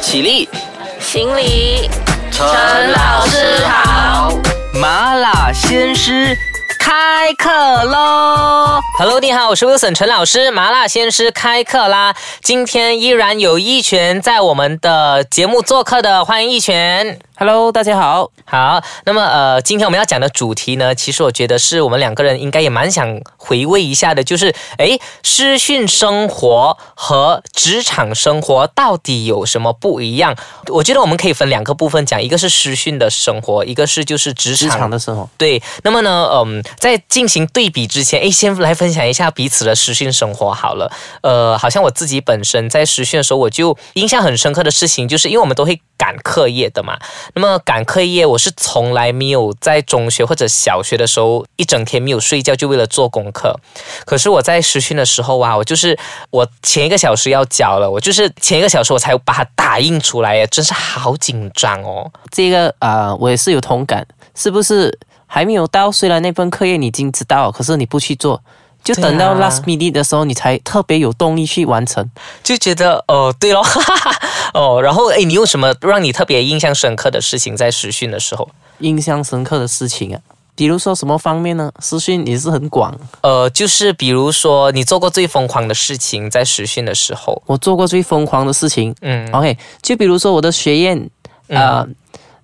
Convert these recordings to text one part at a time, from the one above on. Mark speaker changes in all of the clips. Speaker 1: 起立，
Speaker 2: 行礼，
Speaker 1: 陈
Speaker 2: 老师好。
Speaker 1: 麻辣鲜师开课喽！
Speaker 3: Hello，你好，我是 Wilson 陈老师，麻辣鲜师开课啦！今天依然有一拳在我们的节目做客的，欢迎一拳。
Speaker 4: Hello，大家好。
Speaker 3: 好，那么呃，今天我们要讲的主题呢，其实我觉得是我们两个人应该也蛮想回味一下的，就是诶，师训生活和职场生活到底有什么不一样？我觉得我们可以分两个部分讲，一个是师训的生活，一个是就是职
Speaker 4: 职
Speaker 3: 场
Speaker 4: 场的生活，
Speaker 3: 对，那么呢，嗯，在进行对比之前，诶，先来分享一下彼此的实训生活好了。呃，好像我自己本身在实训的时候，我就印象很深刻的事情，就是因为我们都会赶课业的嘛。那么赶课业，我是从来没有在中学或者小学的时候一整天没有睡觉，就为了做功课。可是我在实训的时候啊，我就是我前一个小时要交了，我就是前一个小时我才把它打印出来，真是好紧张哦。
Speaker 4: 这个啊、我也是有同感，是不是还没有到？虽然那份课业你已经知道，可是你不去做，就
Speaker 3: 对啊
Speaker 4: 等到 last minute 的时候，你才特别有动力去完成。
Speaker 3: 就觉得哦，对咯， 哦，然后诶，你有什么让你特别印象深刻的事情在实训的时候？
Speaker 4: 印象深刻的事情啊，比如说什么方面呢？私讯也是很广，
Speaker 3: 呃，就是比如说你做过最疯狂的事情在实训的时候，
Speaker 4: 我做过最疯狂的事情。
Speaker 3: 嗯
Speaker 4: OK，就比如说我的学院，呃，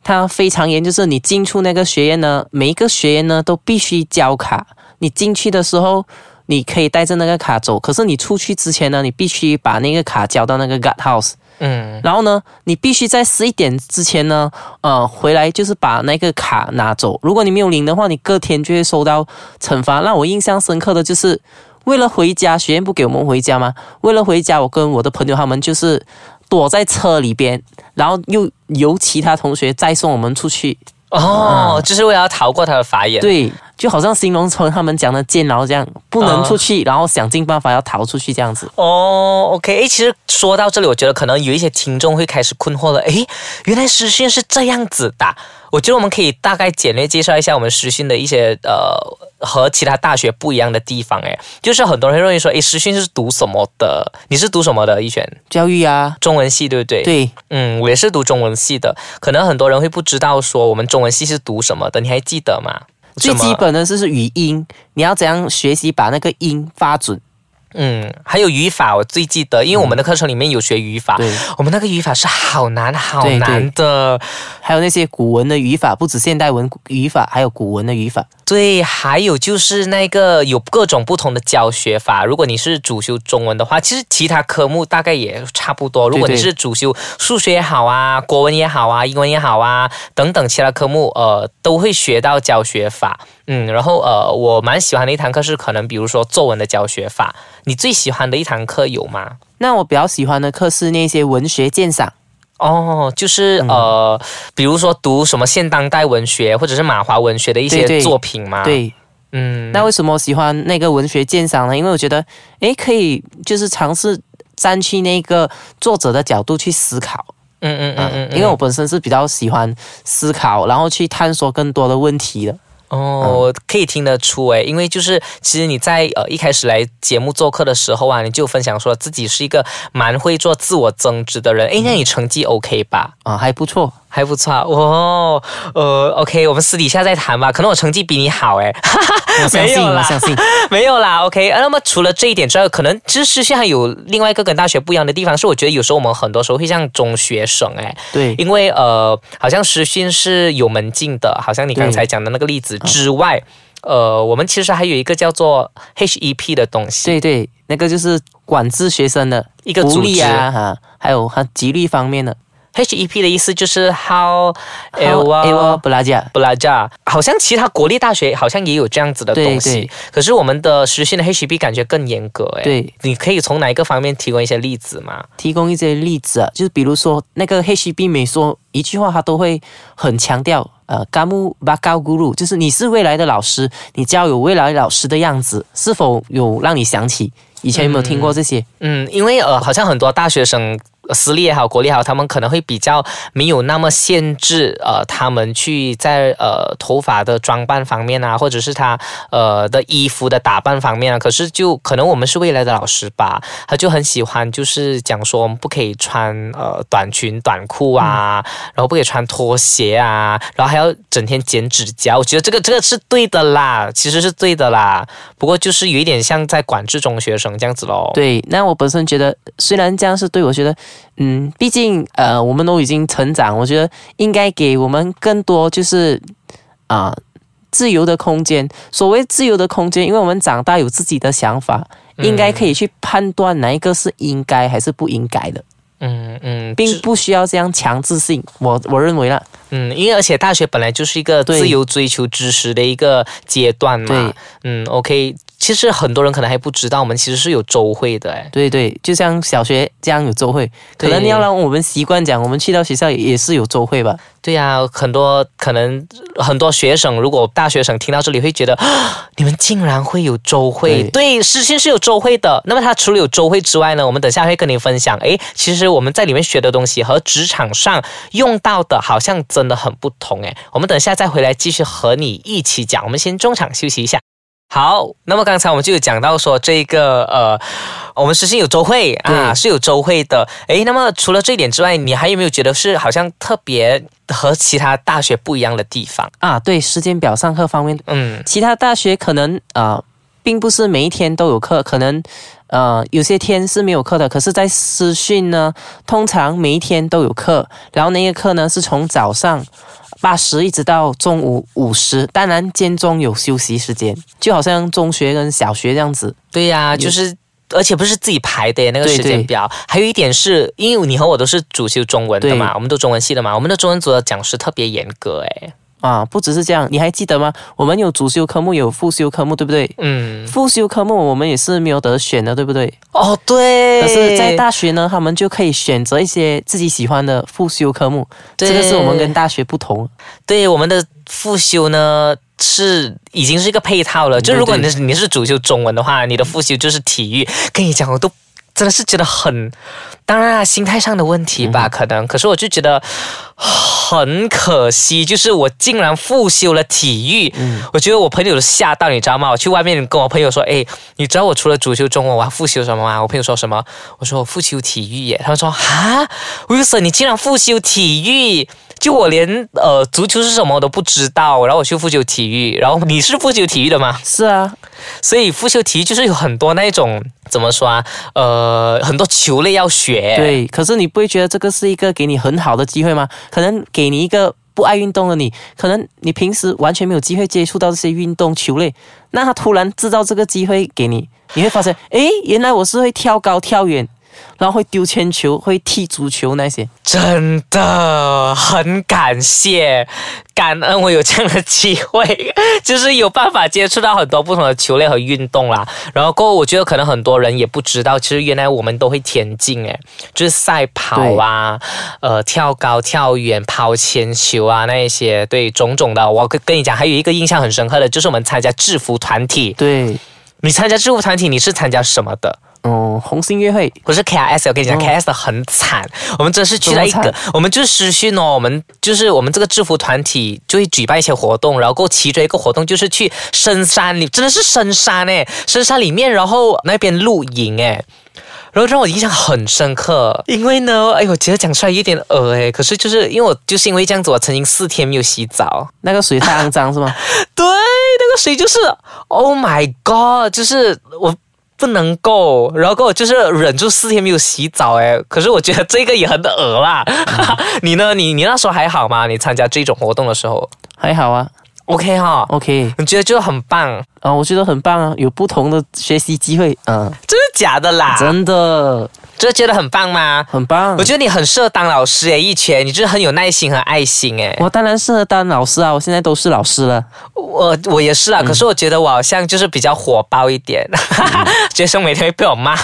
Speaker 4: 它非常严，就是你进出那个学院呢，每一个学院呢都必须交卡。你进去的时候，你可以带着那个卡走，可是你出去之前呢，你必须把那个卡交到那个 guard house。
Speaker 3: 嗯，
Speaker 4: 然后呢，你必须在十一点之前呢，呃，回来就是把那个卡拿走。如果你没有领的话，你隔天就会收到惩罚。让我印象深刻的就是，为了回家，学院不给我们回家吗？为了回家，我跟我的朋友他们就是躲在车里边，然后又由其他同学再送我们出去。
Speaker 3: 哦，就是为了要逃过他的法眼，，
Speaker 4: 对，就好像形容成他们讲的监牢这样，不能出去，然后想尽办法要逃出去这样子。
Speaker 3: 哦，OK，诶，其实说到这里，我觉得可能有一些听众会开始困惑了，诶，原来实训是这样子的。我觉得我们可以大概简略介绍一下我们实训的一些呃和其他大学不一样的地方，诶，就是很多人会认为说，诶，实训是读什么的？你是读什么的？一选
Speaker 4: 教育啊，
Speaker 3: 中文系，对不对？，
Speaker 4: 对，
Speaker 3: 嗯，我也是读中文系的，可能很多人会不知道说我们中文系是读什么的，你还记得吗？
Speaker 4: 最
Speaker 3: 什么
Speaker 4: 基，本的就是语音，你要怎样学习把那个音发准？
Speaker 3: 嗯，还有语法，我最记得，因为我们的课程里面有学语法，
Speaker 4: 嗯对，
Speaker 3: 我们那个语法是好难好
Speaker 4: 对对
Speaker 3: 难的，
Speaker 4: 还有那些古文的语法，不止现代文语法，还有古文的语法。
Speaker 3: 对，还有就是那个有各种不同的教学法。如果你是主修中文的话，其实其他科目大概也差不多。如果你
Speaker 4: 对对
Speaker 3: 是主修数学也好啊，国文也好啊，英文也好啊，等等其他科目，呃，都会学到教学法。嗯，然后呃，我蛮喜欢的一堂课是可能比如说作文的教学法。你最喜欢的一堂课有吗？
Speaker 4: 那我比较喜欢的课是那些文学鉴赏，
Speaker 3: 哦，就是、
Speaker 4: 嗯
Speaker 3: 呃，比如说读什么现当代文学或者是马华文学的一
Speaker 4: 对
Speaker 3: 些
Speaker 4: 对
Speaker 3: 作品吗？，
Speaker 4: 对。
Speaker 3: 嗯，
Speaker 4: 那为什么我喜欢那个文学鉴赏呢？因为我觉得，诶，可以就是尝试站去那个作者的角度去思考。啊
Speaker 3: 嗯嗯嗯嗯，嗯
Speaker 4: 因为我本身是比较喜欢思考，然后去探索更多的问题的。
Speaker 3: 哦，我可以听得出诶，因为就是其实你在呃一开始来节目做客的时候啊，你就分享说自己是一个蛮会做自我增值的人。诶，那你成绩 OK 吧？
Speaker 4: 啊，还不错。
Speaker 3: 还不错啊哦，呃，OK，我们私底下再谈吧。可能我成绩比你好诶，
Speaker 4: 我 相
Speaker 3: 没
Speaker 4: 信，
Speaker 3: 有啦
Speaker 4: 我 相信。
Speaker 3: 没有啦，OK、啊那么除了这一点之外，可能其实实际上有另外一个跟大学不一样的地方，是我觉得有时候我们很多时候会像中学生诶，
Speaker 4: 对，
Speaker 3: 因为呃，好像实训是有门禁的，好像你刚才讲的那个例子
Speaker 4: 嗯
Speaker 3: 之外，呃，我们其实还有一个叫做 HEP 的东西，
Speaker 4: 对对，那个就是管制学生的
Speaker 3: 一个
Speaker 4: 福
Speaker 3: 组
Speaker 4: 利
Speaker 3: 织。
Speaker 4: 啊，哈、还有他吉利方面的。
Speaker 3: HEP E 的意思就是 How
Speaker 4: 还有
Speaker 3: Eva
Speaker 4: 布哎拉加，
Speaker 3: 布拉加，好像其他国立大学好像也有这样子的东西，
Speaker 4: 对对
Speaker 3: 可是我们的实训的 HEP 感觉更严格哎。，
Speaker 4: 对，
Speaker 3: 你可以从哪一个方面提供一些例子吗？
Speaker 4: 提供一些例子啊，就是比如说那个 HB 每说一句话，他都会很强调，呃，嘎木巴高咕噜，就是你是未来的老师，你就要有未来老师的样子，是否有让你想起以前有没有听过这些？
Speaker 3: 嗯，因为呃，好像很多大学生私立也好，国立也好，他们可能会比较没有那么限制呃，他们去在呃头发的装扮方面啊，或者是他呃的衣服的打扮方面啊。可是就可能我们是未来的老师吧，他就很喜欢就是讲说我们不可以穿呃短裙短裤啊，然后不可以穿拖鞋啊，然后还要整天剪指甲。我觉得这个这个是对的啦，其实是对的啦，不过就是有一点像在管制中学生这样子咯。。
Speaker 4: 对，那我本身觉得，虽然这样是对我觉得，嗯，毕竟呃，我们都已经成长，我觉得应该给我们更多就是啊、自由的空间。所谓自由的空间，因为我们长大有自己的想法，应该可以去判断哪一个是应该还是不应该的，
Speaker 3: 嗯嗯，
Speaker 4: 并不需要这样强制性。我我认为啦，
Speaker 3: 嗯，因为而且大学本来就是一个
Speaker 4: 对
Speaker 3: 自由追求知识的一个阶段嘛
Speaker 4: 对。
Speaker 3: 嗯，OK，其实很多人可能还不知道，我们其实是有周会的哎诶。
Speaker 4: 对对，就像小学这样有周会，可能
Speaker 3: 对
Speaker 4: 要让我们习惯讲，我们去到学校也是有周会吧。
Speaker 3: 对呀、很多可能很多学生，如果大学生听到这里会觉得， 啊你们竟然会有周会？
Speaker 4: 对
Speaker 3: 对，实心是有周会的。那么它除了有周会之外呢，我们等下会跟你分享。诶，其实我们在里面学的东西和职场上用到的，好像真的很不同。诶，我们等下再回来继续和你一起讲。我们先中场休息一下。好，那么刚才我们就有讲到说这个呃，我们实行有周会啊，
Speaker 4: 对
Speaker 3: 是有周会的。诶，那么除了这一点之外，你还有没有觉得是好像特别和其他大学不一样的地方？
Speaker 4: 啊，对，时间表上课方面
Speaker 3: 嗯
Speaker 4: 其他大学可能啊、呃并不是每一天都有课，可能呃有些天是没有课的。可是，在私训呢，通常每一天都有课，然后那个课呢是从早上八十一直到中午五十，当然间中有休息时间，就好像中学跟小学这样子。
Speaker 3: 对呀、就是。而且不是自己排的耶那个
Speaker 4: 对
Speaker 3: 时间
Speaker 4: 对
Speaker 3: 表，嗯还有一点是因为你和我都是主修中文的
Speaker 4: 对
Speaker 3: 嘛，我们都中文系的嘛，我们的中文组的讲师特别严格诶。
Speaker 4: 啊，不只是这样，你还记得吗？我们有主修科目，有副修科目，对不对？
Speaker 3: 嗯，
Speaker 4: 副修科目我们也是没有得选的，对不对？
Speaker 3: 哦对，
Speaker 4: 可是，在大学呢，他们就可以选择一些自己喜欢的复修科目，
Speaker 3: 对
Speaker 4: 这个是我们跟大学不同。
Speaker 3: 对我们的复修呢是已经是一个配套了，就
Speaker 4: 对
Speaker 3: 如果你
Speaker 4: 对
Speaker 3: 是你是主修中文的话，你的复修就是体育。跟你讲，我都真的是觉得很，当然啊，心态上的问题吧，可能，可是我就觉得很可惜，就是我竟然复修了体育，我觉得我朋友都吓到，你知道吗？我去外面跟我朋友说，哎，你知道我除了主修中文，我还复修什么吗？我朋友说什么？我说我复修体育耶，他们说哈，Wilson 你竟然复修体育。就我连呃足球是什么我都不知道，然后我去复修体育，然后你是复修体育的吗？
Speaker 4: 是啊，
Speaker 3: 所以复修体育就是有很多那一种怎么说啊，呃，很多球类要学。
Speaker 4: 对。可是你不会觉得这个是一个给你很好的机会吗？可能给你一个不爱运动的你，可能你平时完全没有机会接触到这些运动球类，那他突然制造这个机会给你，你会发现，诶，原来我是会跳高、跳远，然后会丢铅球、会踢足球那些。
Speaker 3: 真的很感谢，感恩我有这样的机会，就是有办法接触到很多不同的球类和运动啦。然后过后，我觉得可能很多人也不知道，其实原来我们都会田径，诶，就是赛跑啊，呃，跳高、跳远、抛铅球啊那一些，对，种种的。我跟跟你讲，还有一个印象很深刻的，就是我们参加制服团体。
Speaker 4: 对，
Speaker 3: 你参加制服团体，你是参加什么的？
Speaker 4: 嗯，红星约会，
Speaker 3: 我是 KRS，我跟你讲、
Speaker 4: 哦
Speaker 3: k s 的很惨，我们真是去了一
Speaker 4: 怎
Speaker 3: 个
Speaker 4: 么，
Speaker 3: 我们就是实训哦，我们就是我们这个制服团体就会举办一些活动，然后够其中一个活动就是去深山里，真的是深山诶，深山里面，然后那边露营诶。然后让我印象很深刻，因为呢，哎呦，其实讲出来有点恶诶，可是就是因为我就是因为这样子，我曾经四天没有洗澡，
Speaker 4: 那个水太肮脏是吗？
Speaker 3: 对，那个水就是 Oh my God，就是我。不能够，然后给我就是忍住四天没有洗澡哎，可是我觉得这个也很恶啦。 你呢？你你那时候还好吗？你参加这种活动的时候
Speaker 4: 还好啊
Speaker 3: ，OK 哈、
Speaker 4: ，OK。
Speaker 3: 你觉得就很棒，
Speaker 4: 啊、我觉得很棒啊，有不同的学习机会，嗯，
Speaker 3: 真的假的啦？
Speaker 4: 真的
Speaker 3: 真的觉得很棒吗？
Speaker 4: 很棒。
Speaker 3: 我觉得你很适合当老师哎，一拳，你就是很有耐心和爱心哎。
Speaker 4: 我当然适合当老师啊，我现在都是老师了。
Speaker 3: 我我也是啦，啊可是我觉得我好像就是比较火爆一点， 学生每天会被我骂。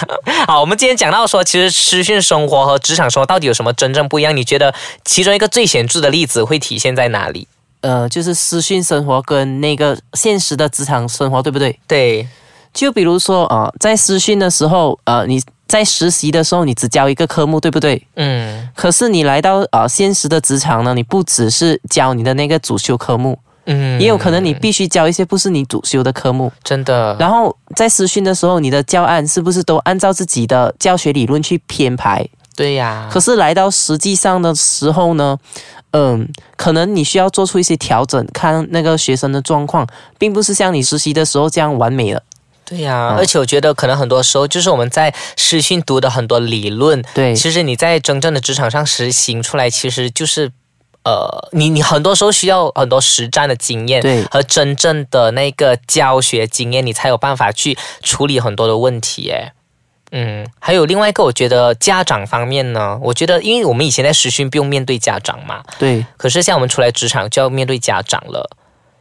Speaker 3: 好，我们今天讲到说，其实私讯生活和职场生活到底有什么真正不一样？你觉得其中一个最显著的例子会体现在哪里？
Speaker 4: 呃，就是私训生活跟那个现实的职场生活，对不对？
Speaker 3: 对，
Speaker 4: 就比如说啊、呃在私训的时候，呃，你在实习的时候，你只教一个科目，对不对？
Speaker 3: 嗯
Speaker 4: 可是你来到呃现实的职场呢，你不只是教你的那个主修科目，
Speaker 3: 嗯，
Speaker 4: 也有可能你必须教一些不是你主修的科目。
Speaker 3: 真的，
Speaker 4: 然后在实训的时候，你的教案是不是都按照自己的教学理论去编排？
Speaker 3: 对呀、
Speaker 4: 可是来到实际上的时候呢，嗯，可能你需要做出一些调整，看那个学生的状况，并不是像你实习的时候这样完美的。
Speaker 3: 对呀、而且我觉得可能很多时候就是我们在师训读的很多理论，
Speaker 4: 对
Speaker 3: 其实你在真正的职场上实行出来，其实就是。呃，你你很多时候需要很多实战的经验，
Speaker 4: 对
Speaker 3: 和真正的那个教学经验，你才有办法去处理很多的问题，哎，嗯，还有另外一个，我觉得家长方面呢，我觉得因为我们以前在实训不用面对家长嘛，
Speaker 4: 对
Speaker 3: 可是像我们出来职场就要面对家长了，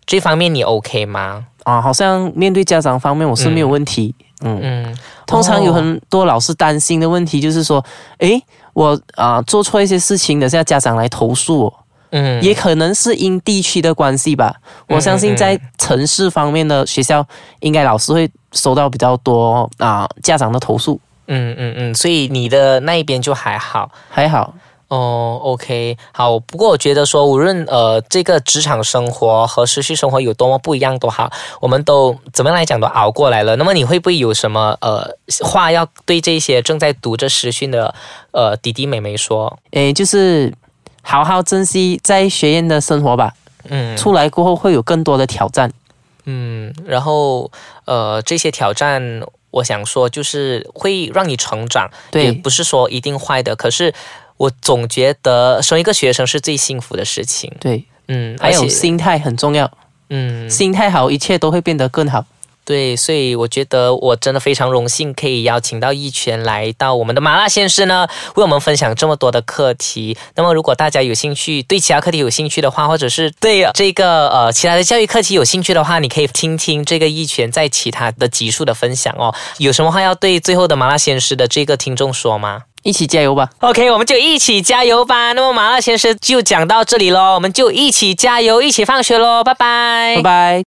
Speaker 3: 这方面你 OK 吗？
Speaker 4: 啊，好像面对家长方面我是没有问题。嗯
Speaker 3: 嗯，
Speaker 4: 通常有
Speaker 3: 哦
Speaker 4: 很多老师担心的问题就是说，诶，我啊、做错一些事情，等下家长来投诉我。
Speaker 3: 嗯，
Speaker 4: 也可能是因地区的关系吧。我相信在城市方面的学校，应该老师会收到比较多啊、家长的投诉。
Speaker 3: 嗯嗯嗯，所以你的那一边就还好
Speaker 4: 还好，
Speaker 3: 哦，OK，好。不过我觉得说，无论呃这个职场生活和实习生活有多么不一样都好，我们都怎么样来讲都熬过来了。那么你会不会有什么呃话要对这些正在读着实训的呃弟弟妹妹说？
Speaker 4: 诶，就是好好珍惜在学院的生活吧。
Speaker 3: 嗯
Speaker 4: 出来过后会有更多的挑战。
Speaker 3: 嗯，然后呃这些挑战。我想说，就是会让你成长，也
Speaker 4: 对
Speaker 3: 不是说一定坏的。可是我总觉得，生一个学生是最幸福的事情。
Speaker 4: 对，
Speaker 3: 嗯，
Speaker 4: 还有
Speaker 3: 而且
Speaker 4: 心态很重要，
Speaker 3: 嗯，
Speaker 4: 心态好，一切都会变得更好。
Speaker 3: 对，所以我觉得我真的非常荣幸可以邀请到一拳来到我们的麻辣先生呢，为我们分享这么多的课题。那么，如果大家有兴趣，对其他课题有兴趣的话，或者是对这个呃其他的教育课题有兴趣的话，你可以听听这个一拳在其他的集数的分享哦。有什么话要对最后的麻辣先生的这个听众说吗？
Speaker 4: 一起加油吧！
Speaker 3: OK，我们就一起加油吧。那么麻辣先生就讲到这里喽，我们就一起加油，一起放学喽，拜拜，
Speaker 4: 拜拜。